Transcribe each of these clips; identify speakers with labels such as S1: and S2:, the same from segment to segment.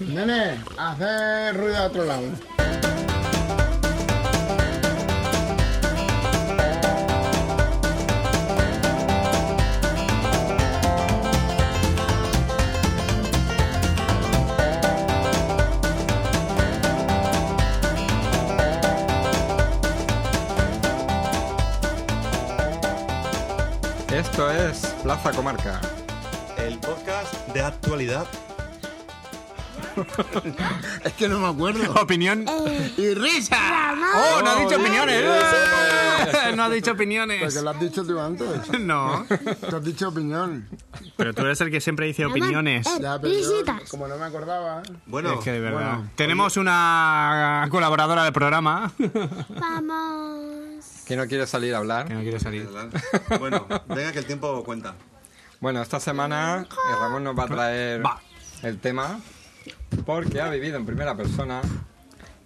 S1: Nene, hace ruido a otro lado.
S2: Esto es Plaza Comarca.
S3: El podcast de actualidad.
S1: Es que no me acuerdo.
S2: Opinión.
S1: ¡Y risa!
S4: ¡Oh, no ha dicho
S2: Oh,
S4: opiniones!
S2: yeah.
S4: No ha dicho
S1: Porque
S4: opiniones.
S1: lo has dicho tú antes.
S4: No.
S1: Te has dicho opinión.
S4: Pero tú eres el que siempre dice opiniones.
S1: Ya, pero yo,
S5: Visitas.
S1: como no me acordaba.
S3: Bueno,
S4: Es que de verdad.
S1: Bueno.
S4: Tenemos una colaboradora del programa
S5: Vamos.
S2: Que no quiere salir a
S4: que
S2: hablar.
S4: no quiere salir.
S3: bueno, venga que el tiempo cuenta.
S2: Bueno, esta semana eh, Ramón nos va a traer
S4: Va.
S2: el tema porque ha vivido en primera persona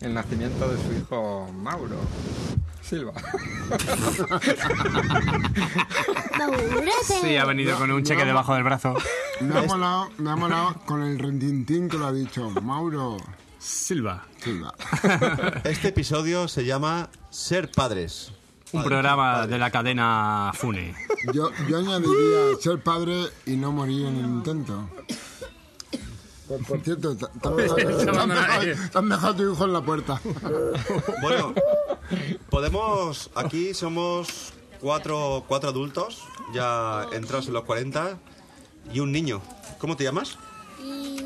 S2: el nacimiento de su hijo Mauro Silva.
S5: Madurete.
S4: Sí, ha venido con un cheque debajo del brazo.
S1: Me ha molado, me ha molado con el rentintín que lo ha dicho Mauro
S4: Silva.
S1: Silva.
S3: Este episodio se llama Ser padres.
S4: Un programa de la cadena Fune.
S1: Yo, yo añadiría ser padre y no morir en el intento. Por, por cierto, te- te han dejado- te han dejado- te han dejado tu hijo en la puerta.
S3: Bueno, podemos. Aquí somos cuatro, cuatro adultos, ya entrados en los 40, y un niño. ¿Cómo te llamas?
S5: Y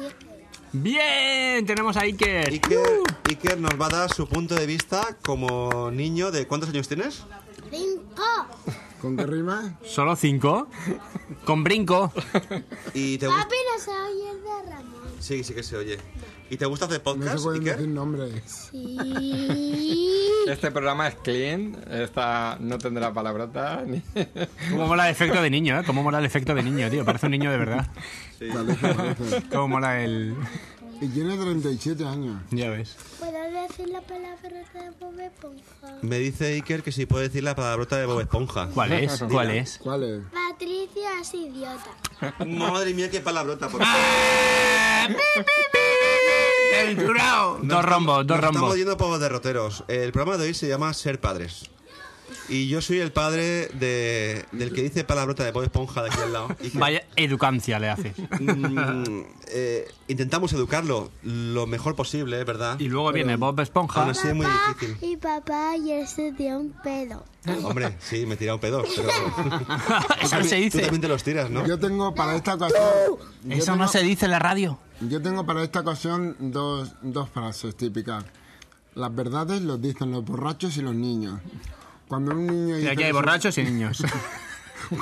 S4: bien, tenemos a Iker.
S3: Iker, Iker nos va a dar su punto de vista como niño de. ¿Cuántos años tienes?
S5: cinco.
S1: ¿Con qué rima?
S4: Solo cinco. Con brinco.
S3: Y te gusta.
S5: Papi no se oye el de Ramón.
S3: Sí, sí que se oye. ¿Y te gusta hacer
S1: No se
S3: podcast,
S1: pueden decir
S3: Iker?
S1: nombres.
S5: Sí.
S2: Este programa es clean, esta no tendrá palabrota ni...
S4: Cómo mola el efecto de niño, ¿eh? Cómo mola el efecto de niño, tío. Parece un niño de verdad.
S1: Parece, parece.
S4: Cómo mola el...
S1: Y tiene 37 años.
S4: Ya ves.
S5: ¿Puedo decir la palabra de Bob Esponja?
S3: Me dice Iker que si puede decir la palabrota de Bob Esponja.
S4: ¿Cuál es? ¿Cuál es?
S1: ¿Cuál es?
S5: Patricia es idiota.
S3: Madre mía, qué palabrota,
S4: Ah,
S3: por
S4: Dos rombos, dos
S3: Nos
S4: rombos.
S3: Estamos yendo por derroteros. El programa de hoy se llama Ser Padres. Y yo soy el padre de- del que dice palabrota de Bob Esponja de aquí al lado. Y que,
S4: Vaya educancia le haces.
S3: mm, eh, intentamos educarlo lo mejor posible, ¿verdad?
S4: Y luego viene Bob Esponja.
S3: Aún así es muy
S5: Papá
S3: difícil.
S5: y papá ayer se dio un pedo.
S3: Hombre, sí, me he tirado pedos, pero...
S4: Eso se
S3: Tú
S4: dice.
S3: también te los tiras, ¿no?
S1: Yo tengo para esta ocasión. yo
S4: Eso
S1: tengo-
S4: no se dice en la radio.
S1: Yo tengo para esta ocasión dos, dos frases típicas. Las verdades los dicen los borrachos y los niños. Cuando un niño
S4: Y
S1: dice
S4: aquí hay
S1: que su-
S4: borrachos y niños.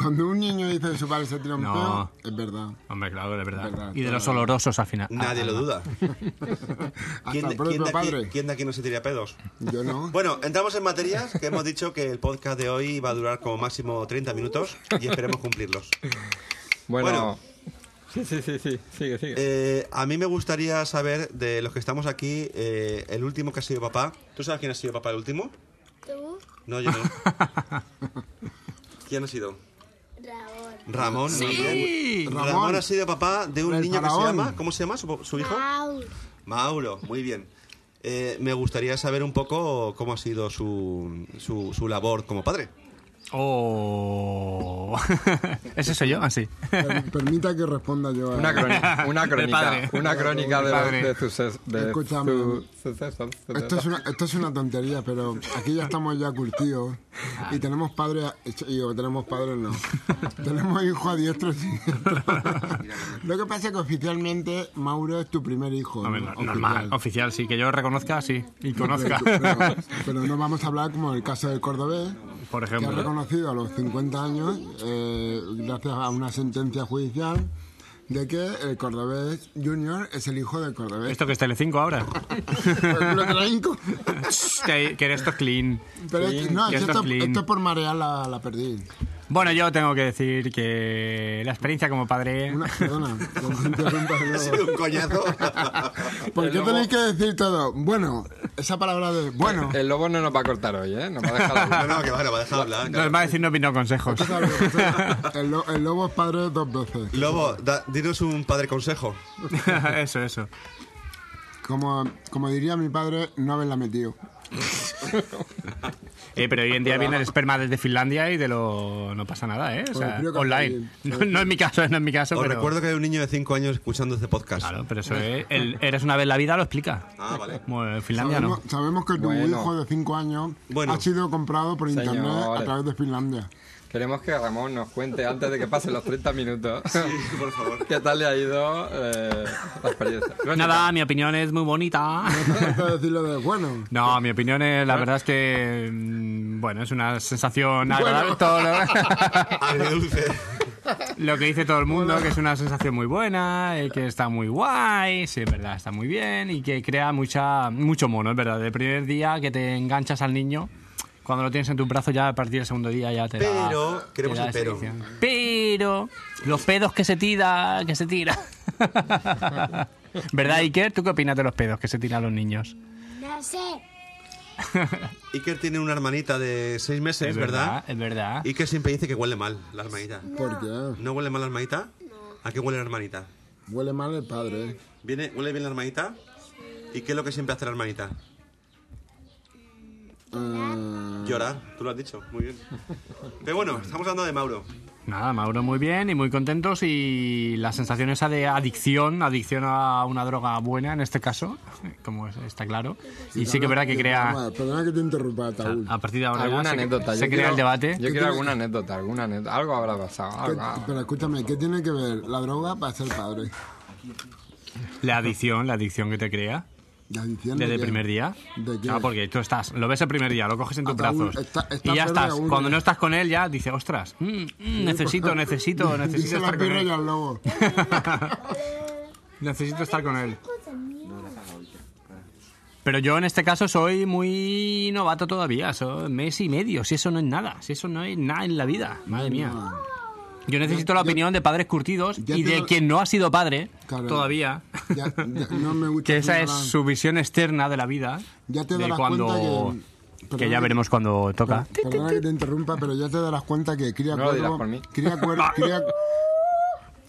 S1: cuando un niño dice que su padre se tira un
S4: No.
S1: peo, es verdad.
S4: Hombre, claro, de verdad.
S1: Verdad,
S4: Y de
S1: todo.
S4: los olorosos al final.
S3: Nadie lo duda.
S1: Hasta
S3: ¿Quién,
S1: el
S3: de- quién
S1: propio
S3: de aquí,
S1: padre.
S3: quién de aquí no se tira pedos?
S1: Yo no.
S3: Bueno, entramos en materias, que hemos dicho que el podcast de hoy va a durar como máximo 30 minutos y esperemos cumplirlos.
S2: Bueno,
S3: Bueno.
S2: Sí, sí, sí, sí, sigue, sigue.
S3: Eh, a mí me gustaría saber de los que estamos aquí, eh, el último que ha sido papá. ¿Tú sabes quién ha sido papá el último?
S5: Tú,
S3: No, yo no. ¿Quién ha sido?
S5: Raúl.
S3: Ramón. muy bien.
S4: Sí.
S3: Ramón.
S1: Ramón.
S3: ha sido papá de un
S1: El
S3: niño que se
S1: faraón.
S3: llama. ¿Cómo se llama su, su hijo?
S5: Raúl.
S3: Mauro, muy bien. Eh, me gustaría saber un poco cómo ha sido su, su, su labor como padre.
S4: Ah. Oh. Ese soy yo, así.
S1: Per- Permita que responda yo. a-
S2: Una crónica, una
S4: De
S2: crónica,
S4: padre.
S2: una crónica de,
S4: padre.
S2: de suces- de
S1: Escúchame.
S2: su- sucesos,
S1: Esto es,
S2: sucesos.
S1: una, esto es una tontería, pero aquí ya estamos ya curtidos y tenemos padres, y o tenemos padres no, tenemos hijos a diestro y siniestro. Lo que pasa es que oficialmente Mauro es tu primer hijo.
S4: Hombre,
S1: ¿no?
S4: no- normal, oficial, sí. Que yo reconozca, sí. Y conozca.
S1: Pero, pero- pero no vamos a hablar como el caso del cordobés,
S4: Por
S1: que ha
S4: ejemplo.
S1: reconocido a los 50 años, eh, gracias a una sentencia judicial, de que el cordobés junior es el hijo del cordobés.
S4: Esto que es Telecinco ahora.
S1: Lo traigo.
S4: que, que esto es clean.
S1: Pero es- no,
S4: que
S1: es
S4: esto
S1: esto,
S4: es clean.
S1: esto es por marear la, la perdiz.
S4: Bueno, yo tengo que decir que la experiencia como padre.
S1: Una, perdona, que te interrumpa de nuevo.
S3: Ha sido un coñazo.
S1: ¿Por qué
S2: luego-
S1: tenéis que decir todo? Bueno, esa palabra de bueno.
S2: El lobo no nos va a cortar hoy, ¿eh? Nos va a dejar
S3: No,
S2: hablar.
S3: no, que va, no va a dejar hablar. claro.
S4: Nos va a decir no opino consejos.
S1: ¿sabes lo que pasa? El, lo- el lobo es padre dos veces.
S3: Lobo, da- dinos un padre consejo.
S4: eso, eso.
S1: Como, como diría mi padre, no haberla metido.
S4: Eh, pero hoy en día viene el esperma desde Finlandia y de lo... no pasa nada, ¿eh? O
S1: Pues
S4: sea,
S1: creo que
S4: online.
S1: está
S4: No, no es mi caso, no es mi caso,
S3: Os
S4: pero...
S3: recuerdo que hay un niño de 5 años escuchando este podcast.
S4: Claro, pero eso es... el eres una vez en la vida lo explica.
S3: Ah, vale.
S4: Como en Finlandia
S1: Sabemos,
S4: no.
S1: sabemos que tu
S2: Bueno.
S1: hijo de 5 años
S3: Bueno.
S1: ha sido comprado por internet
S2: Señores.
S1: a través de Finlandia.
S2: Queremos que Ramón nos cuente antes de que pasen los 30 minutos.
S3: por favor.
S2: ¿Qué tal le ha ido eh, la experiencia?
S4: Nada, mi opinión es muy bonita.
S1: Para decirlo de bueno.
S4: No, mi opinión es, la verdad es que, mm, bueno, es una sensación agradable. Todo lo,
S3: Ah, Agridulce.
S4: lo que dice todo el mundo, que es una sensación muy buena, eh, que está muy guay, sí, es verdad, está muy bien y que crea mucha, mucho mono, es verdad. El primer día que te enganchas al niño, cuando lo tienes en tu brazo, ya a partir del segundo día ya te da-
S3: Pero,
S4: te
S3: queremos
S4: da
S3: el
S4: esa
S3: pero.
S4: adicción. Pero, los pedos que se tira, que se tira. ¿Verdad, Iker? ¿Tú qué opinas de los pedos que se tiran los niños?
S5: No sé.
S3: Iker tiene una hermanita de 6 meses, ¿verdad?
S4: Es verdad.
S3: Iker siempre dice que huele mal la hermanita.
S1: ¿Por qué?
S3: ¿No huele mal la hermanita? ¿A qué huele la hermanita?
S1: Huele mal el padre. ¿eh?
S3: ¿Viene, ¿Huele bien la hermanita? ¿Y qué es lo que siempre hace la hermanita?
S1: Eh,
S3: Mm. Llorar, tú lo has dicho, muy bien. Pero bueno, estamos hablando de Mauro.
S4: Nada, Mauro muy bien y muy contentos y la sensación esa de adicción, adicción a una droga buena en este caso, como es- está claro. Y sí que es verdad que crea...
S1: Perdona, Perdona que te interrumpa, Taúl.
S4: A partir de ahora ya
S2: ¿Alguna
S4: se,
S2: anécdota?
S4: se
S2: Yo
S4: crea
S2: quiero-
S4: el debate.
S2: Yo quiero alguna anécdota, alguna anécdota. Algo habrá pasado.
S1: ¿Qué-
S2: algo habrá-
S1: Pero escúchame, ¿qué tiene que ver la droga para ser padre?
S4: La adicción, la adicción que te crea
S1: Ya diciendo
S4: desde el
S1: que-
S4: primer día.
S1: ¿De qué?
S4: No, porque tú estás, lo ves el primer día, lo coges en tus
S1: Hasta un-
S4: brazos
S1: está- está
S4: y ya
S1: verde
S4: estás.
S1: aún,
S4: Cuando
S1: ¿eh?
S4: no estás con él ya dices, ostras, mm, mm, necesito, necesito, necesito
S1: Dice la
S4: estar con
S1: perra y
S4: él.
S1: al lobo.
S4: Necesito estar con él.
S5: Cosa mía.
S4: Pero yo en este caso soy muy novato todavía, soy mes y medio, si eso no es nada, si eso no es nada en la vida, madre mía. Yo necesito la opinión de padres curtidos
S1: ya
S4: y de
S1: quiero-
S4: quien no ha sido padre
S1: Claro.
S4: todavía,
S1: Ya, ya, no me gusta.
S4: que esa es
S1: nada.
S4: su visión externa de la vida,
S1: Ya te
S4: de
S1: darás
S4: cuando...
S1: cuenta que-
S4: Que,
S1: perdona
S4: ya
S1: que-
S4: veremos cuando toca.
S1: Per- Perdona que te interrumpa, pero ya te darás cuenta que cría
S2: No lo dirás
S1: cuervo.
S2: por mí.
S1: Cría cuervo. Cría,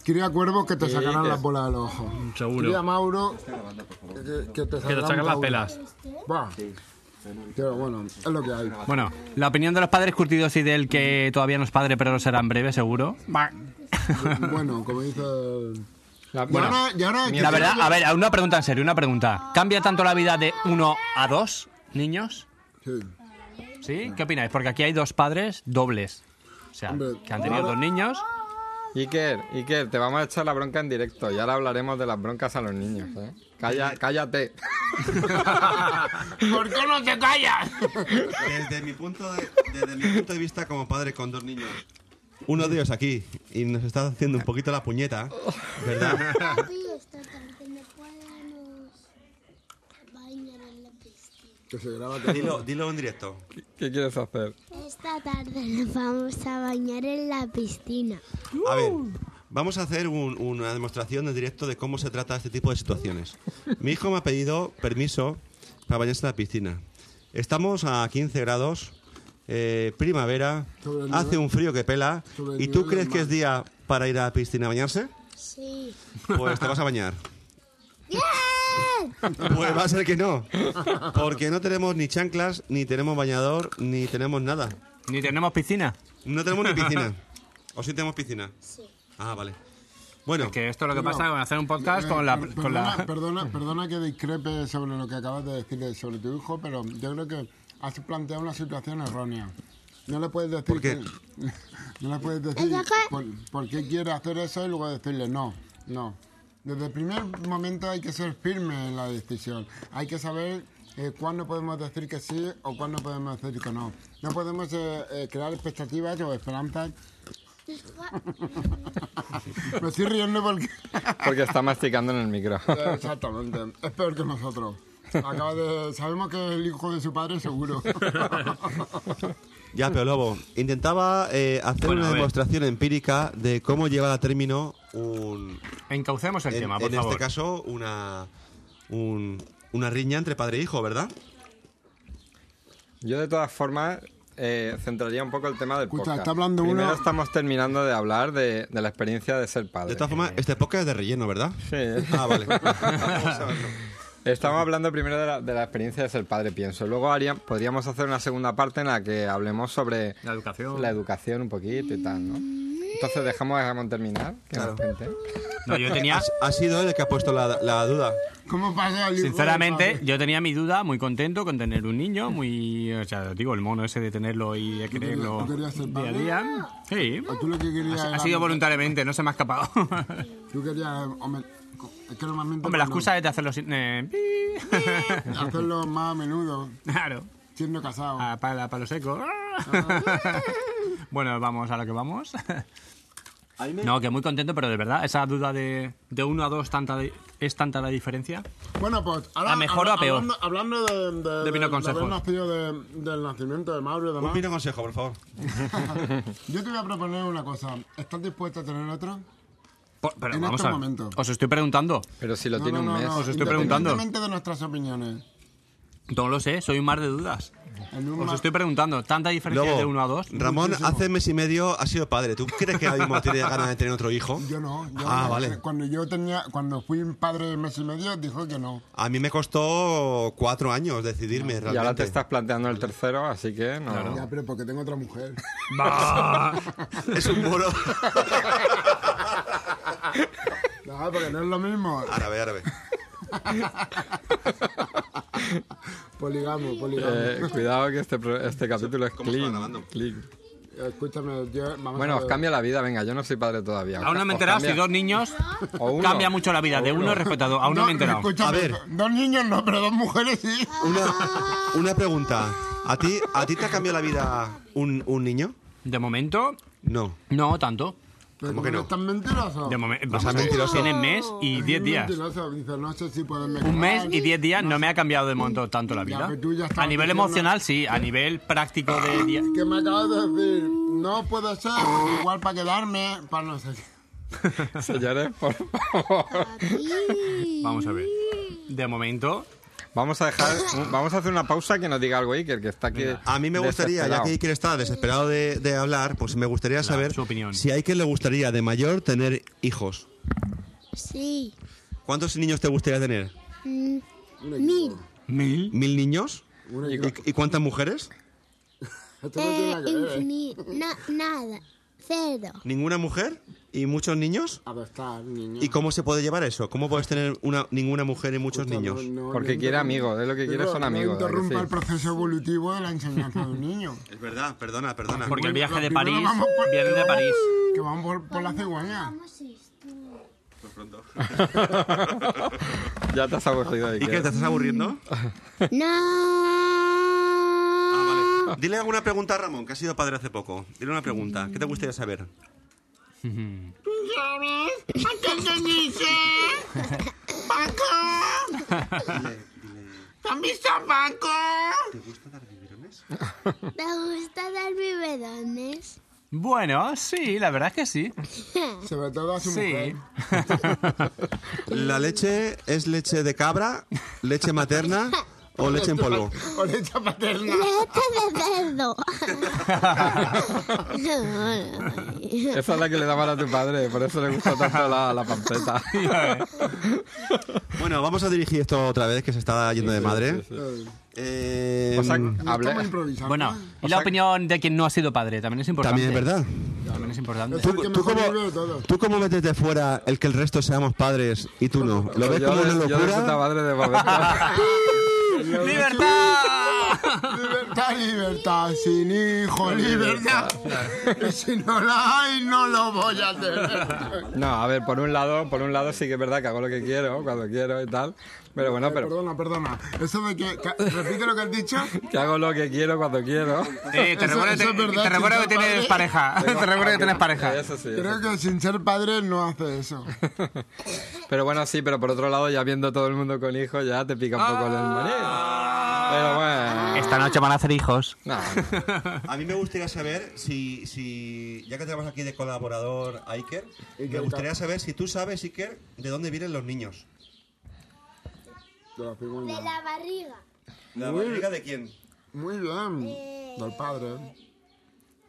S1: cría cuervos que te sacarán las bolas del ojo.
S4: Seguro.
S1: Cría Mauro que, que- que te sacarán, Mauro. Buah. Pero bueno, es lo que hay.
S4: Bueno, la opinión de los padres curtidos y del que todavía no es padre pero lo será en breve, seguro.
S1: Bueno, como dice. el-
S2: La-
S1: Y ahora, y ahora
S4: La verdad, a ver, una pregunta en serio, una pregunta. ¿Cambia tanto la vida de uno a dos niños?
S1: Sí.
S4: ¿Sí? ¿Qué opináis? Porque aquí hay dos padres dobles. O sea,
S1: Hombre,
S4: que han tenido dos niños.
S2: Iker, Iker, te vamos a echar la bronca en directo y ahora hablaremos de las broncas a los niños. ¿eh? Calla, cállate.
S4: ¿Por qué no te callas?
S3: Desde mi punto de, desde mi punto de vista como padre con dos niños. Uno de ellos aquí y nos está haciendo un poquito la puñeta, ¿verdad?
S5: Papi está tratando podemos bañar en la piscina.
S1: Que se graba todo.
S3: Dilo, dilo en directo.
S2: ¿Qué quieres hacer?
S5: Esta tarde nos vamos a bañar en la piscina.
S3: A ver, vamos a hacer un- una demostración en directo de cómo se trata este tipo de situaciones. Mi hijo me ha pedido permiso para bañarse en la piscina. Estamos a 15 grados, eh, primavera,
S1: Sobre el
S3: hace
S1: nivel-
S3: un frío que pela.
S1: sobre el
S3: ¿Y tú
S1: nivel
S3: crees
S1: del
S3: que
S1: mar.
S3: es día para ir a la piscina a bañarse?
S5: Sí.
S3: Pues te vas a bañar.
S5: ¡Bien!
S3: Pues va a ser que no. Porque no tenemos ni chanclas, ni tenemos bañador, ni tenemos nada.
S4: Ni tenemos piscina.
S3: No tenemos ni piscina. ¿O sí tenemos piscina?
S5: Sí.
S3: Ah, vale. Bueno,
S4: Que esto es lo que pasa con hacer un podcast con la...
S1: Eh,
S4: con la-
S1: perdona, perdona, perdona que discrepe sobre lo que acabas de decir de- sobre tu hijo, pero yo creo que has planteado una situación errónea. No le puedes decir
S3: ¿Por qué?
S1: que- no le puedes decir
S5: ¿Eso qué?
S1: por, por qué quiere hacer eso y luego decirle no, no. Desde el primer momento hay que ser firme en la decisión. Hay que saber eh, cuándo podemos decir que sí o cuándo podemos decir que no. No podemos eh, eh, crear expectativas o esperanzas. Me estoy riendo porque...
S2: Porque está masticando en el micro.
S1: Exactamente, es peor que nosotros. Acaba de... Sabemos que es el hijo de su padre seguro.
S3: ya, pero Lobo, intentaba eh, hacer
S4: Bueno, a
S3: una
S4: ver.
S3: demostración empírica de cómo llevar a término un.
S4: Encaucemos el
S3: en
S4: tema,
S3: en
S4: por favor.
S3: este caso, una. un- una riña entre padre e hijo, ¿verdad?
S2: Yo de todas formas eh, centraría un poco el tema del
S1: Escucha,
S2: podcast.
S1: está hablando
S2: Primero
S1: uno-
S2: estamos terminando de hablar de, de la experiencia de ser padre.
S3: Ah, De todas formas, este podcast es de relleno, ¿verdad?
S2: Sí.
S3: Ah, vale.
S2: Estamos hablando primero de la, de la experiencia de ser padre, pienso. Luego haría- podríamos hacer una segunda parte en la que hablemos sobre
S4: La educación.
S2: la educación un poquito y tal, ¿no? Entonces dejamos a Ramón terminar. que nos cuente.
S4: No, yo tenía,
S3: Ha- Ha sido el que ha puesto la, la duda.
S1: ¿Cómo pasa el hijo del
S4: sinceramente,
S1: padre?
S4: yo tenía mi duda, muy contento con tener un niño, muy, o sea, digo, el mono ese de tenerlo y de
S1: querías-
S4: quererlo
S1: tú querías ser
S4: día a
S1: padre?
S4: día. Sí.
S1: ¿O Ah, tú lo que querías
S4: Ha
S1: era-
S4: sido voluntariamente, no se me ha escapado.
S1: Tú querías. Hombre, es que normalmente.
S4: Hombre, la
S1: cuando-
S4: excusa es de hacerlo sin... eh, pi.
S1: Hacerlo más a menudo,
S4: claro.
S1: siendo casado.
S4: A pala- palo seco. bueno, vamos a lo que vamos. No, que muy contento, pero de verdad, esa duda de, de uno a dos tanta de- es tanta la diferencia.
S1: Bueno, pues ahora.
S4: ¿A mejor o a peor?
S1: Hablando, hablando de. De,
S4: De vino consejos.
S1: haber nacido de- del nacimiento de Mauro y
S3: Un
S1: demás.
S3: vino consejo, por favor.
S1: Yo te voy a proponer una cosa. ¿Estás dispuesto a tener otro?
S4: Por- pero
S1: En
S4: vamos
S1: estos
S4: a ver,
S1: momentos.
S4: Os estoy preguntando.
S2: Pero si lo
S1: No,
S2: tiene
S1: no,
S2: un
S1: no,
S2: mes.
S1: no.
S4: Os estoy preguntando.
S1: Independientemente de nuestras opiniones.
S4: No lo sé, soy un mar de dudas.
S1: En un
S4: Os
S1: ma-
S4: estoy preguntando, ¿tanta diferencia
S3: Luego,
S4: de uno a dos?
S3: Ramón, hace mes y medio ha sido padre. ¿Tú crees que ahora mismo tiene ganas de tener otro hijo?
S1: Yo no. Yo
S3: ah,
S1: no.
S3: vale.
S1: Cuando yo tenía, cuando fui padre de mes y medio, dijo que no.
S3: A mí me costó cuatro años decidirme
S2: Y
S3: realmente.
S2: ahora te estás planteando el tercero, así que no.
S1: Ya, pero porque tengo otra mujer.
S4: Bah.
S3: Es un muro.
S1: No, porque no es lo mismo.
S3: árabe, árabe.
S1: Poligamo, poligamo.
S2: Eh, cuidado que este, pro- este capítulo es
S3: ¿Cómo se va
S2: clean,
S3: grabando?
S2: clean.
S1: Escúchame, yo. Vamos
S2: Bueno,
S1: a
S2: os
S1: ver.
S2: cambia la vida, venga, yo no soy padre todavía. Os
S4: Aún no me
S2: ca-
S4: he
S2: os
S4: enterado,
S2: cambia-
S4: si dos niños
S2: o uno.
S4: cambia mucho la vida. De uno respetado, aún no,
S1: Dos-
S4: me he enterado.
S1: Escúchame,
S3: A ver.
S1: Dos niños no, pero dos mujeres sí.
S3: Una, una pregunta. ¿A ti, ¿A ti te ha cambiado la vida un, un niño?
S4: De momento,
S3: No.
S4: no tanto.
S1: Pero
S3: ¿Cómo que no?
S1: ¿Están mentirosos?
S4: De momento,
S3: sea, mentiroso.
S4: tienen mes y diez días.
S1: Mentirosos, dice, no sé si pueden mejorar.
S4: Un mes y 10 días no me ha cambiado de momento tanto la
S1: Ya,
S4: vida.
S1: pero tú ya estabas
S4: A nivel
S1: diciendo-
S4: emocional, sí. A nivel práctico de día.
S1: Que me acabas de decir, no puede ser, igual para quedarme, para no sé qué.
S2: Señores, por favor.
S4: Vamos a ver. De momento,
S2: Vamos a dejar, un- vamos a hacer una pausa que nos diga algo Iker, que está aquí.
S3: A mí me gustaría, ya que Iker está desesperado de, de hablar, pues me gustaría saber
S4: su opinión.
S3: si a Iker le gustaría de mayor tener hijos.
S5: Sí.
S3: ¿Cuántos niños te gustaría tener?
S5: Mm, Mil.
S4: mil.
S3: ¿Mil niños?
S1: Un equipo.
S3: ¿Y, y cuántas mujeres?
S1: Esto no tiene
S5: Eh,
S1: nada que ver. ¿eh?
S5: infinito. Na- nada. Cero.
S3: ¿Ninguna mujer? ¿Y muchos niños?
S1: Adoptar, niño.
S3: ¿Y cómo se puede llevar eso? ¿Cómo puedes tener una, ninguna mujer y muchos
S1: Escucha,
S3: niños?
S1: no- no-
S2: Porque
S1: no
S2: quiere
S1: interrumpa-
S2: amigos, es lo que quiere
S1: Pedro,
S2: son amigos,
S1: No
S2: ¿a que
S1: interrumpa
S2: sí?
S1: el proceso evolutivo de la enseñanza de un niño.
S3: Es verdad, perdona, perdona.
S4: Porque el viaje de
S1: Primero
S4: París
S1: vamos por-
S4: viene de París.
S1: Que vamos por, por la cigüeña.
S2: que ya te has aburrido
S3: ¿Y qué? ¿Te
S2: Iker.
S3: estás aburriendo?
S5: No.
S3: Ah, vale. Dile alguna pregunta a Ramón, que ha sido padre hace poco. Dile una pregunta. ¿Qué te gustaría saber?
S5: ¿Te gusta dar biberones?
S4: Bueno, sí, la verdad es que sí.
S1: Sobre todo a su
S4: Sí.
S1: mujer.
S3: ¿La leche es leche de cabra, leche materna o leche en polvo?
S1: O leche paterna.
S5: Leche de cerdo.
S2: Esa es la que le daban a tu padre, por eso le gusta tanto la, la pampeta.
S4: Eh,
S3: Bueno, vamos a dirigir esto otra vez, que se está yendo de madre. Eh,
S2: O sea,
S1: No
S2: hablé-
S1: estamos improvisando.
S4: Bueno, y la opinión de quien no ha sido padre también es importante.
S3: también es verdad.
S4: También es importante.
S1: Es el que
S3: ¿Tú
S1: mejor vive de
S3: cómo,
S1: todos.
S3: ¿Tú cómo metes de fuera el que el resto seamos padres y tú no? ¿Lo ves
S2: yo
S3: como
S2: de-
S3: una
S2: yo de puta
S3: locura?
S2: madre de momento.
S4: ¡Libertad!
S1: Libertad, libertad, sin hijo, libertad. Que si no la hay, no lo voy a tener.
S2: No, a ver, por un lado, por un lado sí que es verdad que hago lo que quiero, cuando quiero y tal. Pero bueno, pero
S1: Perdona, perdona. Eso de que. ca- Repite lo que has dicho.
S2: que hago lo que quiero cuando quiero.
S4: Eh, te
S1: Eso-
S4: recuerdo,
S1: eso
S4: que
S1: es
S4: te-
S1: verdad,
S4: te recuerdo
S1: sin
S4: que
S1: ser
S4: tienes
S1: padre.
S4: pareja. Te recuerdo que tienes pareja.
S2: Eso sí. eso
S1: Creo que sin ser padre no hace eso.
S2: Pero bueno, sí, pero por otro lado, ya viendo todo el mundo con hijos, ya te pica un poco el
S3: Ah.
S2: marido.
S4: Esta noche van a hacer hijos.
S2: Pero bueno, no.
S3: A mí me gustaría saber si, si ya que tenemos aquí de colaborador a Iker, me gustaría saber si tú sabes, Iker, de dónde vienen los niños.
S1: De la cigüeña.
S5: De la barriga.
S3: ¿La barriga de quién?
S1: Muy bien. Del padre.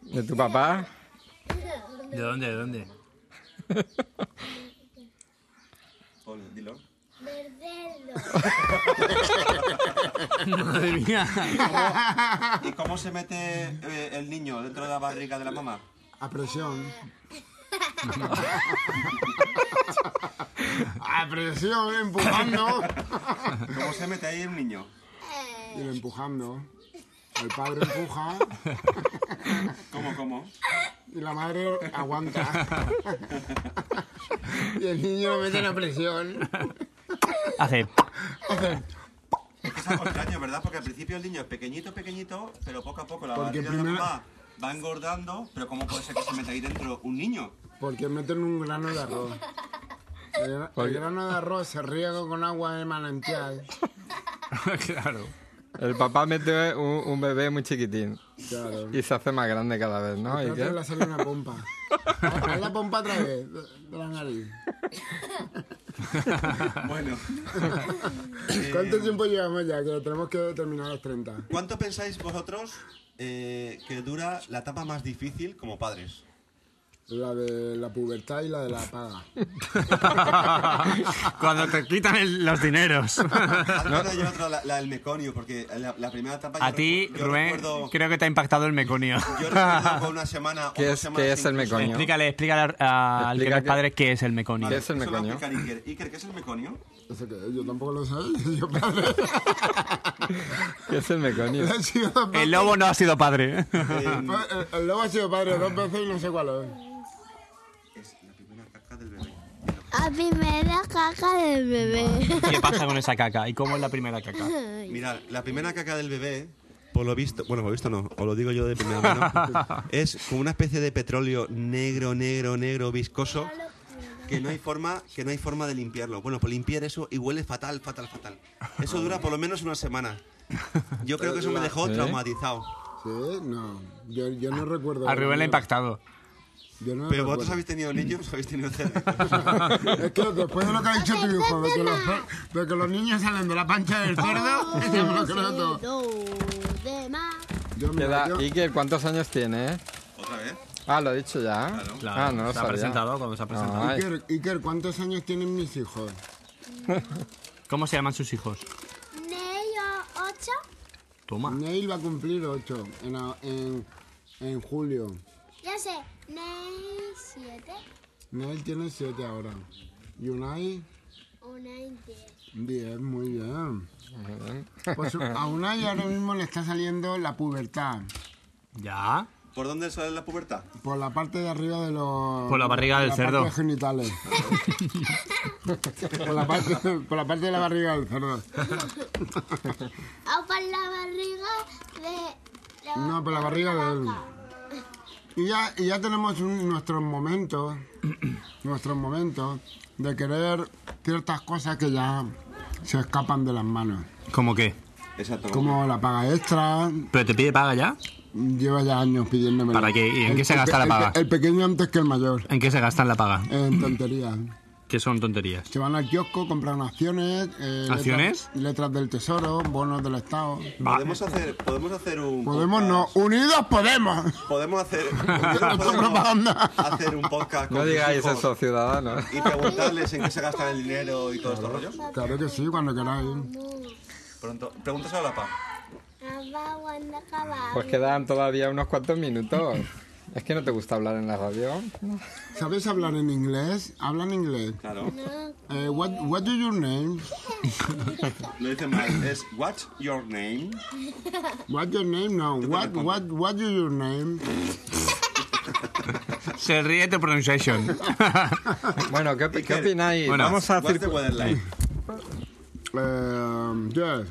S2: ¿De tu papá?
S4: ¿De dónde? ¿De dónde?
S3: Dilo.
S5: Del cerdo. Pedro.
S4: Madre mía.
S3: ¿Y cómo se mete eh, el niño dentro de la barriga de la mamá?
S1: A presión. A presión, empujando.
S3: ¿Cómo se mete ahí un niño?
S1: Y lo empujando. El padre empuja
S3: ¿Cómo, cómo?
S1: y la madre aguanta. Y el niño lo mete en la presión.
S4: Hace.
S3: Es al contrario, ¿verdad? Porque al principio el niño es pequeñito, pequeñito, pero poco a poco la
S1: Porque
S3: barriga de
S1: primero-
S3: la mamá va engordando, pero ¿cómo puede ser que se meta ahí dentro un niño?
S1: Porque meten un grano de arroz. El, gra- el grano de arroz se riega con agua de manantial.
S4: claro.
S2: El papá mete un, un bebé muy chiquitín
S1: Claro.
S2: y se hace más grande cada vez, ¿no? ¿Y
S1: Trata
S2: qué?
S1: de hacerle una pompa. Haz la pompa otra vez, de, de la nariz.
S3: Bueno,
S1: ¿Cuánto tiempo llevamos ya? Que tenemos que terminar los 30.
S3: ¿cuánto pensáis vosotros eh, que dura la etapa más difícil como padres?
S1: La de la pubertad y la de la paga.
S4: Cuando te quitan el- los dineros.
S3: Antes de llegar otra, la, la del meconio, porque la, la primera etapa yo
S4: A ti,
S3: recu- yo
S4: Rubén,
S3: recuerdo,
S4: creo que te ha impactado el meconio.
S3: yo recuerdo con una semana o
S2: ¿Qué
S3: dos
S2: es- qué
S3: semanas
S2: es el
S3: incluso-
S2: meconio?
S4: Explícale, explícale a- al que
S2: Explica
S4: eres
S2: que-
S4: padre qué es el meconio.
S2: ¿Qué es el
S3: Eso lo va a
S2: meconio?
S3: explicar Iker. Iker, ¿qué es el meconio?
S1: Eso que yo tampoco lo sabía. Yo padre.
S2: ¿Qué es el meconio?
S1: He sido padre.
S4: El lobo no ha sido padre.
S3: Eh,
S1: Pa- el- El lobo ha sido padre dos veces y no sé cuál es.
S3: es la primera caca del bebé.
S5: La primera caca del bebé.
S4: ¿Qué pasa con esa caca? ¿Y cómo es la primera caca?
S3: Mirad, la primera caca del bebé, por lo visto, bueno, por lo visto no, os lo digo yo de primera mano, es como una especie de petróleo negro, negro, negro, viscoso, que no hay forma, que no hay forma de limpiarlo. Bueno, pues limpiar eso y huele fatal, fatal, fatal. Eso dura por lo menos una semana. Yo creo que eso me dejó
S2: ¿Sí?
S3: traumatizado.
S1: Ah, Sí, no. Yo, yo no recuerdo.
S4: A Rubén le ha impactado.
S1: Yo no
S3: Pero vosotros
S1: recuerdo.
S3: habéis tenido niños, habéis tenido cerdos.
S1: Es que después de lo que ha dicho tu hijo, de que, los, de que los niños salen de la pancha del cerdo,
S5: Ah,
S1: yo me lo creo todo.
S5: Dos de más.
S1: Yo,
S2: ¿Qué
S1: mira,
S2: edad?
S1: yo,
S2: Iker, ¿cuántos años tiene?
S3: ¿Otra vez?
S2: Ah, lo he dicho ya. Ah, no lo
S4: se ha
S2: sabía.
S4: presentado cuando se ha presentado.
S2: Ay,
S1: Iker, Iker, ¿cuántos años tienen mis hijos?
S4: ¿Cómo se llaman sus hijos?
S5: Neo ocho.
S4: Toma.
S1: Neil va a cumplir 8 en, en, en julio.
S5: Ya sé. Ney siete.
S1: Neil tiene 7 ahora. Unai,
S5: Una y diez.
S1: 10, muy bien.
S2: muy bien.
S1: Pues a Unai ahora mismo le está saliendo la pubertad.
S4: Ya.
S3: ¿Por dónde sale la pubertad?
S1: Por la parte de arriba de los.
S4: Por la barriga
S1: por
S4: del
S1: la
S4: cerdo.
S1: Parte de genitales. por, la parte, por la parte de la barriga del cerdo.
S5: O por la barriga de... la-
S1: No, por la barriga de él. Y ya, y ya tenemos un- nuestros momentos, nuestros momentos de querer ciertas cosas que ya se escapan de las manos.
S4: ¿Cómo qué?
S3: Exacto.
S1: Como la paga extra,
S4: ¿Pero te pide paga ya?
S1: lleva ya años pidiéndome.
S4: ¿Para qué? ¿Y en
S1: El
S4: qué se
S1: peque-
S4: gasta la
S1: el pe-
S4: paga?
S1: El, pequeño antes que el mayor,
S4: ¿En qué se gastan la paga?
S1: en tonterías.
S4: Que son tonterías.
S1: Se van al kiosco, compran acciones. eh, letras-
S4: ¿Acciones?
S1: letras del tesoro, bonos del Estado.
S3: Podemos hacer, podemos hacer un.
S1: Podemos no,
S3: podcast-
S1: unidos podemos.
S3: Podemos hacer.
S1: Esto es propaganda.
S3: hacer un podcast con
S2: No
S3: tus
S2: digáis
S3: hijos.
S2: eso, ciudadanos.
S3: y preguntarles en qué se gastan el dinero y todos estos rollos.
S1: Claro que sí, cuando queráis.
S5: Mu.
S3: Pronto, pregúntaselo a la PA.
S5: Abajo anda acabado.
S2: Pues quedan todavía unos cuantos minutos. Es que no te gusta hablar en la radio.
S1: ¿Sabéis hablar en inglés? Hablan inglés.
S3: Claro.
S5: No,
S1: Eh, what, what do your name?
S3: Lo dicen mal. Es What's your name?
S1: What your name? No. What what what do your name?
S4: Se ríe tu pronunciation.
S2: Bueno, ¿qué, opi- qué
S3: Iker,
S2: opináis?
S4: bueno,
S2: Vamos a
S3: What's the
S2: circu-
S3: weather like?
S1: Um, yes.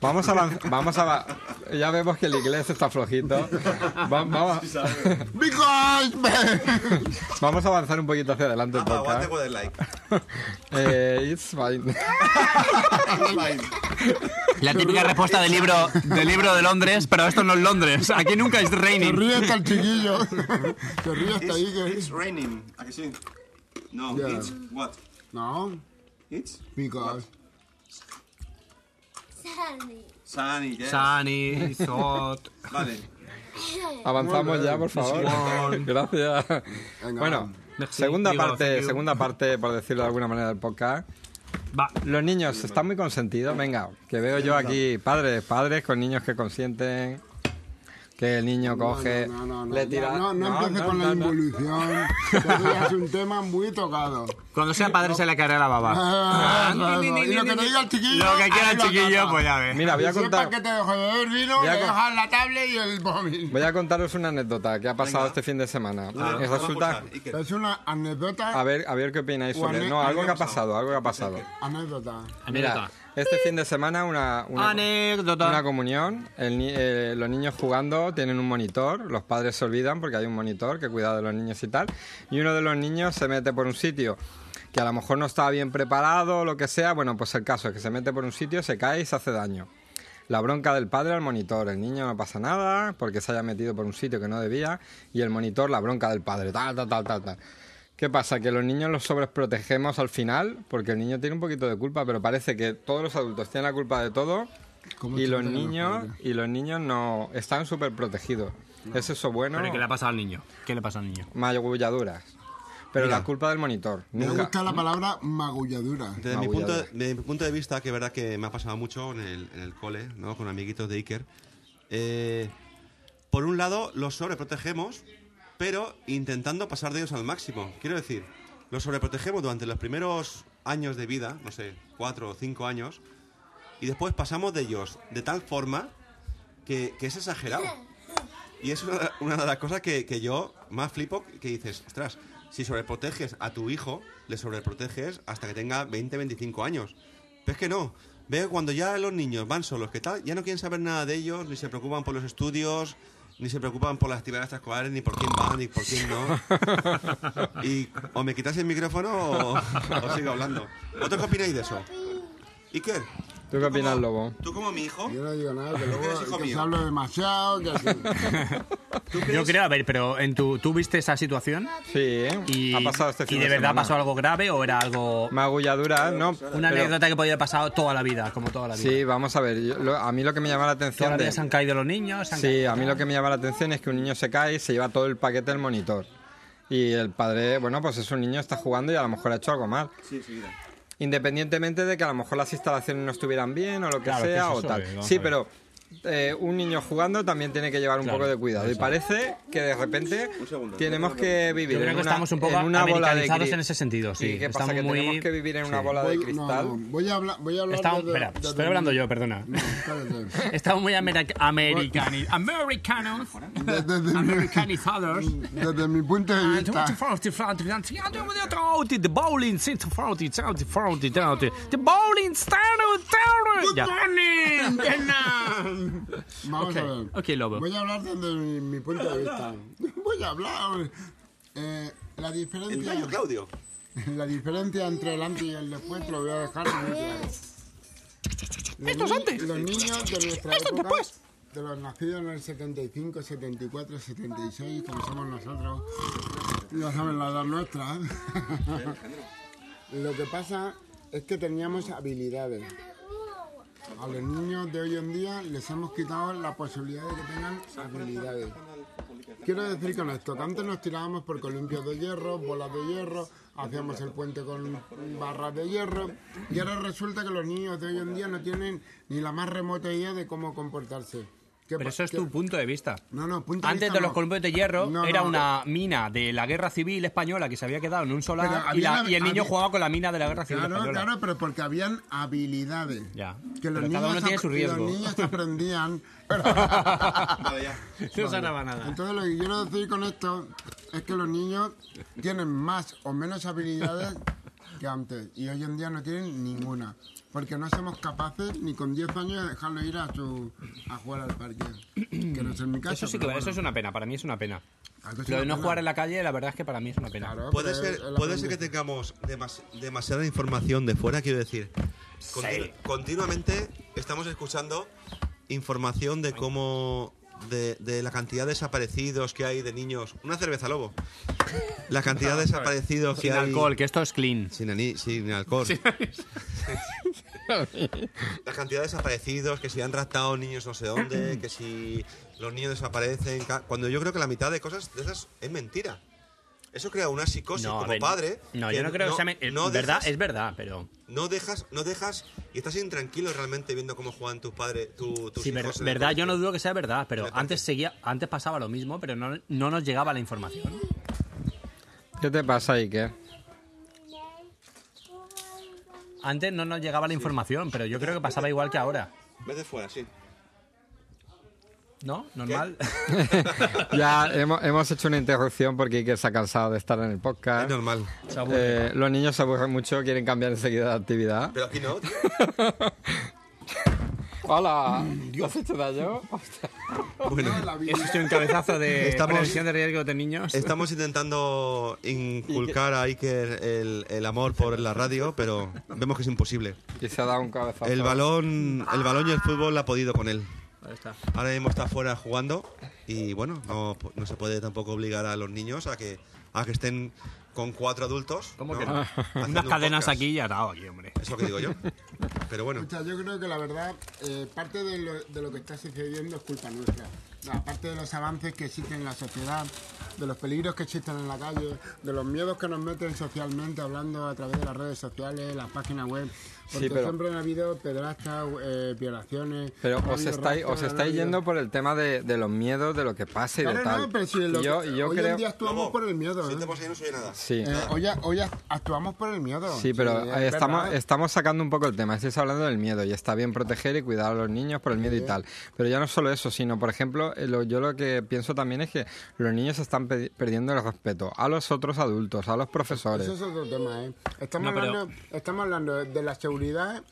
S2: Vamos a lanz- Vamos a. va- Ya vemos que el inglés está flojito. Va- vamos,
S1: Because
S2: vamos a avanzar un poquito hacia adelante el
S3: Ah, what's the
S2: podcast.
S3: weather like?
S2: Eh, it's fine.
S3: Fine.
S4: La típica respuesta del libro, del libro de Londres, pero esto no es Londres. Aquí nunca es
S1: se
S4: raining.
S1: ríe hasta el chiquillo. Se ríe hasta ahí
S3: It's,
S1: que
S3: it's raining. ¿A que sí? No,
S1: Yeah.
S3: it's what?
S1: no.
S3: It's
S1: Because
S5: Sammy.
S3: sunny, yes.
S4: Sunny, hot.
S2: Ah,
S3: Vale.
S2: Avanzamos ya, por favor. Gracias.
S1: Venga,
S2: Bueno,
S1: va.
S2: segunda
S6: digo,
S2: parte,
S6: digo.
S2: segunda parte, por decirlo de alguna manera, del podcast.
S6: Va.
S2: Los niños están muy consentidos, venga, que veo yo aquí padres, padres con niños que consienten, que el niño coge,
S1: No, no, no.
S2: le tira.
S1: No, no, no empieces
S2: no,
S1: con la
S2: no, no.
S1: involución. que eso ya es un tema muy tocado.
S4: Cuando sea padre se le caerá la baba.
S1: Ah, claro. y lo que te diga el chiquillo.
S4: Lo que quiera
S1: ahí
S4: el
S1: lo
S4: chiquillo,
S1: acaba.
S4: pues ya ves.
S2: Mira, voy a
S1: Que sepa
S2: contar.
S1: que te dejo de beber vino,
S2: Voy
S1: que
S2: a con-
S1: dejas la tablet y el móvil.
S2: Voy a contaros una anécdota que ha pasado este fin de semana. Y resulta,
S1: Es una anécdota.
S2: a ver, a ver qué opináis
S1: O
S2: sobre.
S1: ane-
S2: No, algo que ha
S1: anécdota.
S2: pasado, algo que ha pasado.
S1: Anécdota.
S2: Mira,
S6: Anécdota.
S2: este fin de semana una, una,
S4: Anécdota.
S2: una comunión, el ni- eh, los niños jugando tienen un monitor, los padres se olvidan porque hay un monitor que cuida de los niños y tal, y uno de los niños se mete por un sitio que a lo mejor no estaba bien preparado o lo que sea, bueno, pues el caso es que se mete por un sitio, se cae y se hace daño. La bronca del padre al monitor, el niño no pasa nada porque se haya metido por un sitio que no debía, y el monitor la bronca del padre, tal, tal, tal, tal, tal. ¿Qué pasa? Que los niños los sobreprotegemos al final porque el niño tiene un poquito de culpa, pero parece que todos los adultos tienen la culpa de todo
S1: ¿Cómo
S2: y los
S1: tratan a los
S2: niños
S1: padres?
S2: y los niños no están súper protegidos. ¿Es eso bueno?
S4: Pero ¿qué le ha pasado al niño? ¿Qué le pasa al niño?
S2: Magulladuras. Pero la culpa del monitor.
S1: Me
S2: Nunca.
S1: gusta la palabra magulladura.
S3: Desde mi, punto,
S2: Magulladora.
S3: de- desde mi punto de vista, que es verdad que me ha pasado mucho en el, en el cole, ¿no? con amiguitos de Iker, eh, por un lado los sobreprotegemos, pero intentando pasar de ellos al máximo. Quiero decir, los sobreprotegemos durante los primeros años de vida, no sé, cuatro o cinco años, y después pasamos de ellos de tal forma que, que es exagerado. Y es una, una de las cosas que, que yo más flipo, que dices, ostras, si sobreproteges a tu hijo, le sobreproteges hasta que tenga 20, 25 años. Pero es que no. Veo cuando ya los niños van solos, que tal, ya no quieren saber nada de ellos, ni se preocupan por los estudios, ni se preocupan por las actividades extraescolares, ni por quién van, ni por quién no. Y o me quitas el micrófono o, o sigo hablando. ¿Vosotros qué opináis de eso? Iker.
S2: ¿Tú qué opinas,
S3: como-
S2: Lobo?
S3: Tú como mi hijo,
S1: Yo no digo nada, que
S3: Porque eres hijo
S1: luego que se
S3: mío.
S1: habla demasiado, que así.
S3: ¿tú
S4: Yo
S3: crees-
S4: creo, a ver, pero en tu, ¿tú viste esa situación?
S2: Sí, ¿eh?
S4: Y,
S2: ha pasado este
S4: y
S2: fin
S4: de, verdad
S2: semana.
S4: pasó algo grave o era algo...
S2: Magulladuras, no.
S4: Una
S2: pero-
S4: anécdota que podía haber pasado toda la vida, como toda la vida.
S2: Sí, vamos a ver. yo- lo- a mí lo que me llama la
S4: Toda
S2: atención
S4: la vida
S2: de,
S4: se han caído los niños, se han
S2: Sí,
S4: caído-
S2: a mí lo que me llama la atención es que un niño se cae y se lleva todo el paquete del monitor. Y el padre, bueno, pues es un niño, está jugando y a lo mejor ha hecho algo mal. Independientemente de que a lo mejor las instalaciones no estuvieran bien o lo que
S4: Claro,
S2: sea
S4: es que
S2: o
S4: eso
S2: tal.
S4: es, vamos
S2: sí,
S4: a ver.
S2: pero eh, un niño jugando también tiene que llevar un poco de cuidado. Y parece que de repente tenemos que vivir
S4: Yo creo
S2: en
S4: que
S2: una,
S4: estamos un poco
S2: en una bola de
S4: americanizados
S2: cri-
S4: en ese sentido, sí.
S2: ¿Y qué pasa?
S4: Estamos
S2: Que
S4: muy-
S2: tenemos que vivir en una
S4: sí.
S2: bola de
S1: Voy- no,
S2: cristal.
S1: no, voy a hablar, voy a hablar
S4: Estamos-
S1: desde-
S4: espera,
S1: desde
S4: estoy
S1: el-
S4: hablando yo, perdona.
S1: No, espérate.
S4: Estamos muy ameri- americani- americanos,
S1: Desde, desde mi,
S4: americanizados.
S1: desde mi punto de
S4: And
S1: vista,
S4: 40, 40, 40, the bowling since 40, 40, 40, 40, the bowling started, started. Ya.
S1: vamos a ver.
S4: Ok, Lobo.
S1: Voy a hablar desde mi, mi punto de vista. Voy a hablar. Eh, la
S3: El
S1: diferencia.
S3: gallo Claudio.
S1: La diferencia entre el antes y el después te lo voy a dejar muy claro. Los ni-
S4: antes.
S1: Los niños de nuestra
S4: Esto es
S1: época,
S4: después.
S1: de los nacidos en el 75, 74, 76, como somos nosotros, ya saben la edad nuestra. lo que pasa es que teníamos habilidades. A los niños de hoy en día les hemos quitado la posibilidad de que tengan habilidades. Quiero decir con esto, que antes nos tirábamos por columpios de hierro, bolas de hierro, hacíamos el puente con barras de hierro, y ahora resulta que los niños de hoy en día no tienen ni la más remota idea de cómo comportarse. ¿Qué
S4: Pero
S1: pa-
S4: eso es
S1: qué-
S4: tu punto de vista.
S1: No, no, punto
S4: Antes
S1: vista
S4: de
S1: no.
S4: los columpios de hierro
S1: No,
S4: era
S1: no.
S4: una mina de la guerra civil española que se había quedado en un
S1: Pero
S4: solar y,
S1: había
S4: la-
S1: una-
S4: y el niño
S1: había-
S4: jugaba con la mina de la guerra civil
S1: Claro,
S4: española.
S1: claro, pero porque habían habilidades.
S4: Ya.
S1: Que los
S4: Pero cada
S1: niños
S4: uno tiene
S1: ap-
S4: su
S1: que
S4: riesgo.
S1: Los niños aprendían.
S3: Vale, ya.
S4: No sonaba nada.
S1: Entonces lo que quiero decir con esto es que los niños tienen más o menos habilidades que antes y hoy en día no tienen ninguna. Porque no somos capaces ni con 10 años de dejarlo ir a, su, a jugar al parque. Que no es en mi caso.
S4: Eso sí que
S1: pero
S4: eso es
S1: bueno.
S4: una pena, para mí es una pena.
S1: Claro que es
S4: Lo de
S1: una
S4: no
S1: pena.
S4: jugar en la calle, la verdad es que para mí es una pena.
S1: Claro,
S3: Puede
S1: pero
S3: ser,
S1: él
S3: puede ser
S1: aprende.
S3: que tengamos demas- demasiada información de fuera, quiero decir. Continu- Continuamente estamos escuchando información de cómo. De, de la cantidad de desaparecidos que hay de niños. Una cerveza lobo. La cantidad de desaparecidos que
S4: Sin
S3: hay.
S4: alcohol, que esto es clean.
S3: Sin, ani- sin alcohol. la cantidad de desaparecidos, que si han raptado niños no sé dónde, que si los niños desaparecen. ca- Cuando yo creo que la mitad de cosas de esas es mentira. Eso crea una psicosis
S4: No, a
S3: como
S4: ver,
S3: padre.
S4: No,
S3: que
S4: yo no creo que sea. men- es verdad,
S3: dejas-
S4: es verdad, pero.
S3: No dejas, no dejas y estás intranquilo realmente viendo cómo juegan tus padres, tu, tus
S4: Sí,
S3: hijos.
S4: ver-
S3: en el
S4: verdad, yo
S3: colegio.
S4: no dudo que sea verdad, pero
S3: Me parece.
S4: antes seguía, antes pasaba lo mismo, pero no, no nos llegaba la información.
S2: ¿Qué te pasa, Iker?
S4: Antes no nos llegaba la información, pero yo creo que pasaba igual que ahora.
S3: Vete fuera, sí.
S4: ¿No? Normal.
S2: ya hemos, hemos hecho una interrupción porque Iker se ha cansado de estar en el
S3: Es
S2: podcast.
S3: normal.
S4: Se aburre.
S2: Eh, los niños se aburren mucho, quieren cambiar enseguida de actividad.
S3: Pero aquí no. tío.
S2: ¡Hola!
S4: Mm,
S2: ¿Has hecho daño? Hostia.
S3: Bueno,
S7: Eso es un cabezazo de
S3: Estamos-
S7: prevención de riesgo de niños.
S3: estamos intentando inculcar a Iker el, el amor por la radio, pero vemos que es imposible.
S2: Y se ha dado un cabezazo.
S3: El balón, el balón y el fútbol ha podido con él.
S4: Ahí está.
S3: Ahora mismo está fuera jugando y bueno, no, no se puede tampoco obligar a los niños a que, a que estén con cuatro adultos.
S4: ¿Cómo
S3: ¿no?
S4: que no?
S3: Haciendo
S7: Unas
S3: un
S7: cadenas
S3: podcast.
S7: aquí y atado aquí, hombre.
S3: Es lo que digo yo. Pero bueno,
S1: Escucha, yo creo que la verdad, eh, parte de lo, de lo que está sucediendo es culpa nuestra. Aparte de los avances que existen en la sociedad, de los peligros que existen en la calle, de los miedos que nos meten socialmente hablando a través de las redes sociales, las páginas web, porque
S2: pero-
S1: siempre ha habido pedrastas, eh, violaciones.
S2: Pero
S1: ha habido
S2: os estáis, os
S1: raptos, ha
S2: estáis
S1: habido-
S2: yendo por el tema de, de los miedos, de lo que pasa y de
S1: Claro,
S2: tal.
S1: no, pero si lo
S2: Y yo,
S1: que-
S2: y yo
S1: hoy
S2: creo...
S1: en día actuamos
S3: Lobo,
S1: por el miedo.
S3: si
S1: ¿eh?
S3: te pones ahí no soy nada.
S2: Sí.
S1: Eh, hoy, a- hoy a- actuamos por el miedo.
S2: Sí, pero
S1: es
S2: eh, estamos,
S1: verdad.
S2: estamos sacando un poco el tema. Estáis hablando del miedo y está bien proteger y cuidar a los niños por el miedo y tal. Pero ya no solo eso, sino, por ejemplo, eh, lo- yo lo que pienso también es que los niños están pe- perdiendo el respeto a los otros adultos, a los profesores.
S1: Eso es otro tema, ¿eh? Estamos,
S4: No, pero-
S1: hablando, estamos hablando de la seguridad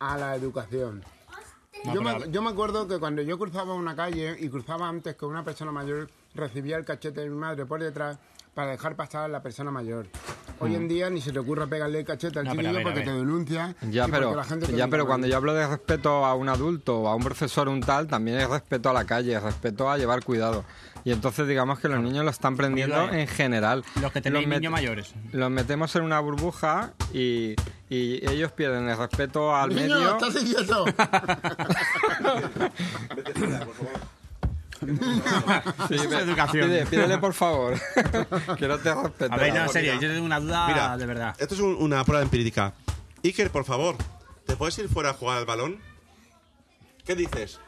S1: a la educación. yo, me, yo me acuerdo que cuando yo cruzaba una calle y cruzaba antes que una persona mayor, recibía el cachete de mi madre por detrás para dejar pasar a la persona mayor. Hoy en día ni se te ocurre pegarle el cachete al
S7: Hmm. No, pero
S1: chiquillo
S7: a ver, a
S1: porque
S7: ver.
S1: te denuncia.
S2: Ya,
S1: y
S2: pero,
S1: porque la gente te
S2: ya,
S1: trata
S2: pero
S1: mal.
S2: cuando yo hablo de respeto a un adulto o a un profesor, un tal, también es respeto a la calle, es respeto a llevar cuidado. Y entonces digamos que los niños lo están prendiendo
S4: Cuidado, eh.
S2: en general.
S4: Los que tenéis
S2: met-
S4: niños mayores.
S2: Los metemos en una burbuja y, y ellos pierden el respeto al
S1: Niño,
S2: medio.
S1: estás inquieto.
S2: Sí,
S7: Eso es
S2: ve-
S7: educación.
S2: Pide, pídele por favor. que no te respeta.
S4: A ver, no, en serio, yo tengo una duda
S3: Mira,
S1: Ah,
S4: de verdad.
S3: Esto es un- una prueba empírica. Iker, por favor, ¿te puedes ir fuera a jugar al balón? ¿Qué dices?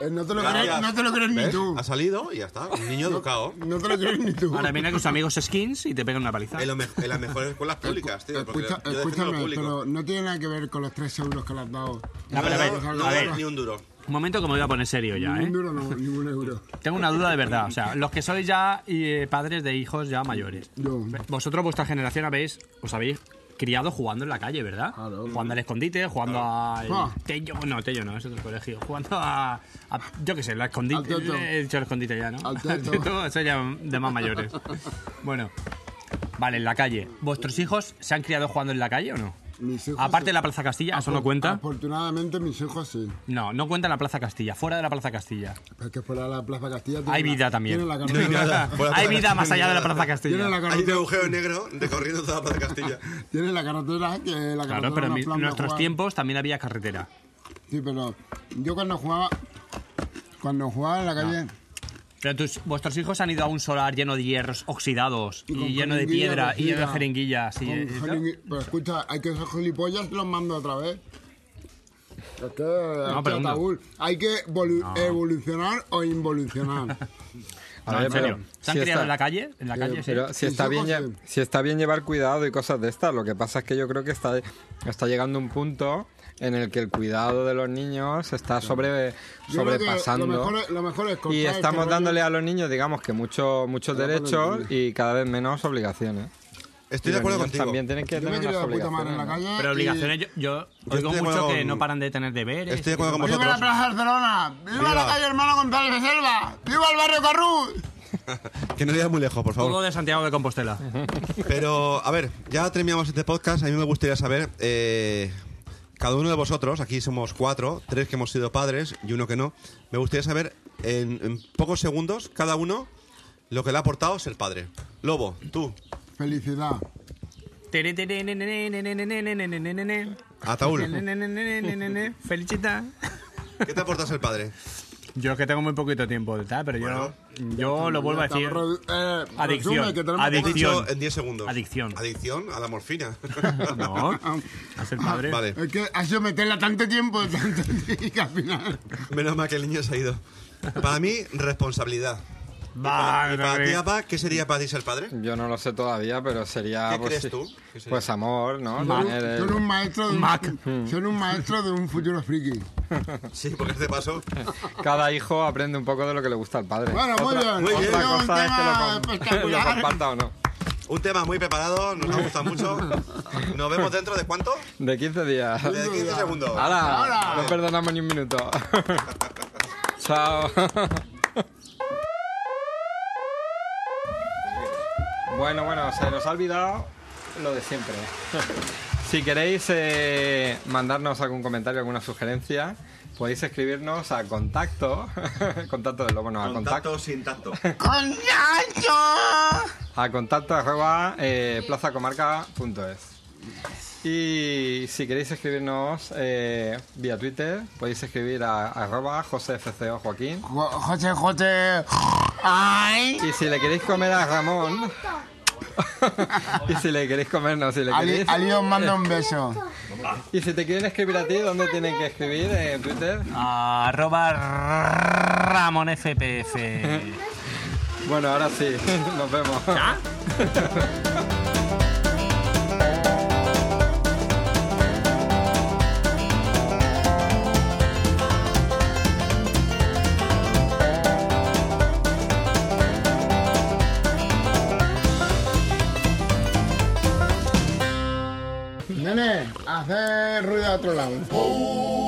S1: Eh, no te lo crees,
S3: Gracias.
S1: no te lo crees ni
S3: ¿Ves?
S1: tú.
S3: Ha salido y ya está. Un niño educado.
S1: No te lo crees ni tú.
S4: Ahora viene con sus amigos skins y te pegan una paliza.
S3: En, lo me- en las mejores escuelas públicas, tío. porque
S1: Escucha-
S3: yo defiendo lo
S1: escúchame,
S3: público.
S1: pero no tiene nada que ver con los 3 euros que le has dado.
S4: No, pero a ver,
S3: No,
S4: a
S3: no,
S4: ver.
S3: ni un duro.
S4: Un momento que me voy a poner serio ya,
S1: Ni un
S4: ¿eh?
S1: duro, no, ni un euro.
S4: Tengo una duda de verdad. O sea, los que sois ya eh, padres de hijos ya mayores.
S1: Yo.
S4: Vosotros, vuestra generación, habéis, os habéis criado jugando en la calle, ¿verdad?
S1: Claro.
S4: Jugando al escondite, jugando
S1: Ah.
S4: a... Tello, no, Tello no, es otro colegio. Jugando a... a- yo qué sé, la
S1: Al
S4: escondite...
S1: teto.
S4: He dicho el escondite ya, ¿no?
S1: Al teto.
S4: eso ya de más mayores. bueno. Vale, en la calle. ¿Vuestros hijos se han criado jugando en la calle o no?
S1: Mis hijos sí.
S4: Aparte de la Plaza Castilla, ¿eso no cuenta?
S1: Afortunadamente mis hijos sí.
S4: No, no cuenta en la Plaza Castilla, fuera de la Plaza Castilla.
S1: Porque fuera la Plaza Castilla tiene
S4: Hay
S1: la-
S4: vida también.
S1: tiene la
S4: No
S1: carretera-
S4: hay nada.
S3: Fuera de la
S4: Hay
S3: Plaza
S4: vida más allá de la
S3: Castilla.
S4: Plaza
S1: tiene
S4: Castilla.
S1: la
S3: Hay un
S1: carretera,
S3: agujero negro recorriendo toda la Plaza Castilla.
S1: tiene la carretera que la carretera
S4: Claro, pero
S1: no
S4: en mi-
S1: es plan de
S4: nuestros
S1: jugar.
S4: tiempos también había carretera.
S1: Sí, pero yo cuando jugaba cuando jugaba en la calle
S4: Pero tus, vuestros hijos han ido a un solar lleno de hierros oxidados y,
S1: con
S4: lleno de
S1: jeringuilla
S4: piedra y
S1: cogida,
S4: lleno de jeringuillas. Y,
S1: con
S4: y-
S1: jeringu- Pero escucha, hay que esos gilipollas los mando otra vez. Es que es
S4: pero uno.
S1: ataúd. hay que volu- evolucionar o involucionar.
S2: A
S4: No,
S2: ver,
S4: en serio.
S2: pero
S4: ¿Se han
S2: si
S4: criado
S2: está-
S4: en la calle? En la calle, sí.
S2: Pero si
S1: Sí,
S2: está,
S1: sí,
S2: bien,
S1: José.
S2: lle- si está bien llevar cuidado y cosas de estas, lo que pasa es que yo creo que está, está llegando un punto en el que el cuidado de los niños está sobre,
S1: Yo creo que
S2: sobrepasando.
S1: Lo mejor, es- lo mejor es cortar
S2: y
S1: este
S2: estamos
S1: rollo.
S2: dándole a los niños, digamos que muchos muchos
S1: Ahora cuando
S2: derechos
S1: entiendes.
S2: y cada vez menos obligaciones.
S3: Estoy
S2: Y
S3: de
S2: los
S3: acuerdo
S2: niños
S3: contigo.
S2: También tienen que
S1: Yo me
S2: tener
S1: he querido
S2: unas
S1: de puta madre en
S2: obligaciones.
S1: la
S2: ¿no?
S1: calle.
S4: pero
S1: y-
S4: obligaciones, yo, yo
S3: estoy
S4: oigo
S3: de
S4: mucho
S3: acuerdo
S4: que
S3: con-
S4: no paran de tener deberes.
S3: Estoy de acuerdo con
S1: ¡Viva la
S3: vosotros.
S1: Plaza Barcelona! ¡Viva,
S3: Viva.
S1: la calle Hermano González de Selva! ¡Viva el barrio Carrús!
S3: Que no vayas muy lejos, por favor.
S4: Todo de Santiago de Compostela.
S3: Pero, a ver, ya terminamos este podcast. A mí me gustaría saber, eh, cada uno de vosotros, aquí somos cuatro, tres que hemos sido padres y uno que no, me gustaría saber en, en pocos segundos, cada uno, lo que le ha aportado ser padre. Lobo, tú,
S1: Felicidad.
S3: Ataúl,
S4: Felicita.
S3: ¿qué te ha aportado ser padre?
S7: Yo es que tengo muy poquito tiempo de tal, pero
S3: Bueno,
S7: yo
S6: Yo lo vuelvo a decir.
S1: Eh,
S6: Adicción.
S1: resume que tenemos-
S3: He
S6: Adicción.
S3: dicho en 10 segundos.
S6: Adicción.
S3: Adicción a la morfina.
S6: No. A ser padre.
S3: vale.
S1: Es que ha sido meterla tanto tiempo, tanto tiempo, que al final.
S3: Menos mal que el niño se ha ido. Para mí, responsabilidad.
S6: Va,
S3: ¿Y para
S6: no,
S3: ti,
S6: no,
S3: Apa, qué sería para ti ser padre?
S2: Yo no lo sé todavía, pero sería.
S3: ¿Qué
S2: pues,
S3: crees
S2: sí.
S3: tú que sería?
S2: Pues amor, ¿no?
S1: Son,
S2: Tener eh, el-
S1: son un maestro de un,
S6: Mac.
S1: son un maestro de un futuro friki.
S3: Sí, porque este paso.
S2: Cada hijo aprende un poco de lo que le gusta al padre.
S1: Bueno, muy bien.
S3: muy
S2: Otra
S3: bien.
S1: Ha sido un
S2: cosa es que este lo
S1: tema
S2: com- lo
S1: espectacular.
S2: comparta o no.
S3: Un tema muy preparado, nos ha gustado mucho. Nos vemos dentro de cuánto?
S2: De 15 días.
S3: De 15 segundos.
S2: Ahora, no perdonamos ni un minuto. Chao. bueno, bueno, se nos ha olvidado lo de siempre. si queréis eh, mandarnos algún comentario, alguna sugerencia, podéis escribirnos a contacto. contacto del lobo, no, a contacto.
S3: Contacto sin tacto.
S2: a contacto arroba, eh, plazacomarca.es. Y si queréis escribirnos eh, vía Twitter, podéis escribir a arroba josefco Joaquín.
S1: Jo- José, José. Ay.
S2: Y si le queréis comer a Ramón... y si le queréis comer, no, si le
S1: Ali,
S2: queréis...
S1: Ali os manda un beso.
S2: Y si te quieren escribir a ti, ¿dónde tienen que escribir? Eh, ¿En Twitter?
S6: Arroba Ramón FPF.
S2: Bueno, ahora sí, nos vemos.
S1: Nene, hace ruido a otro lado.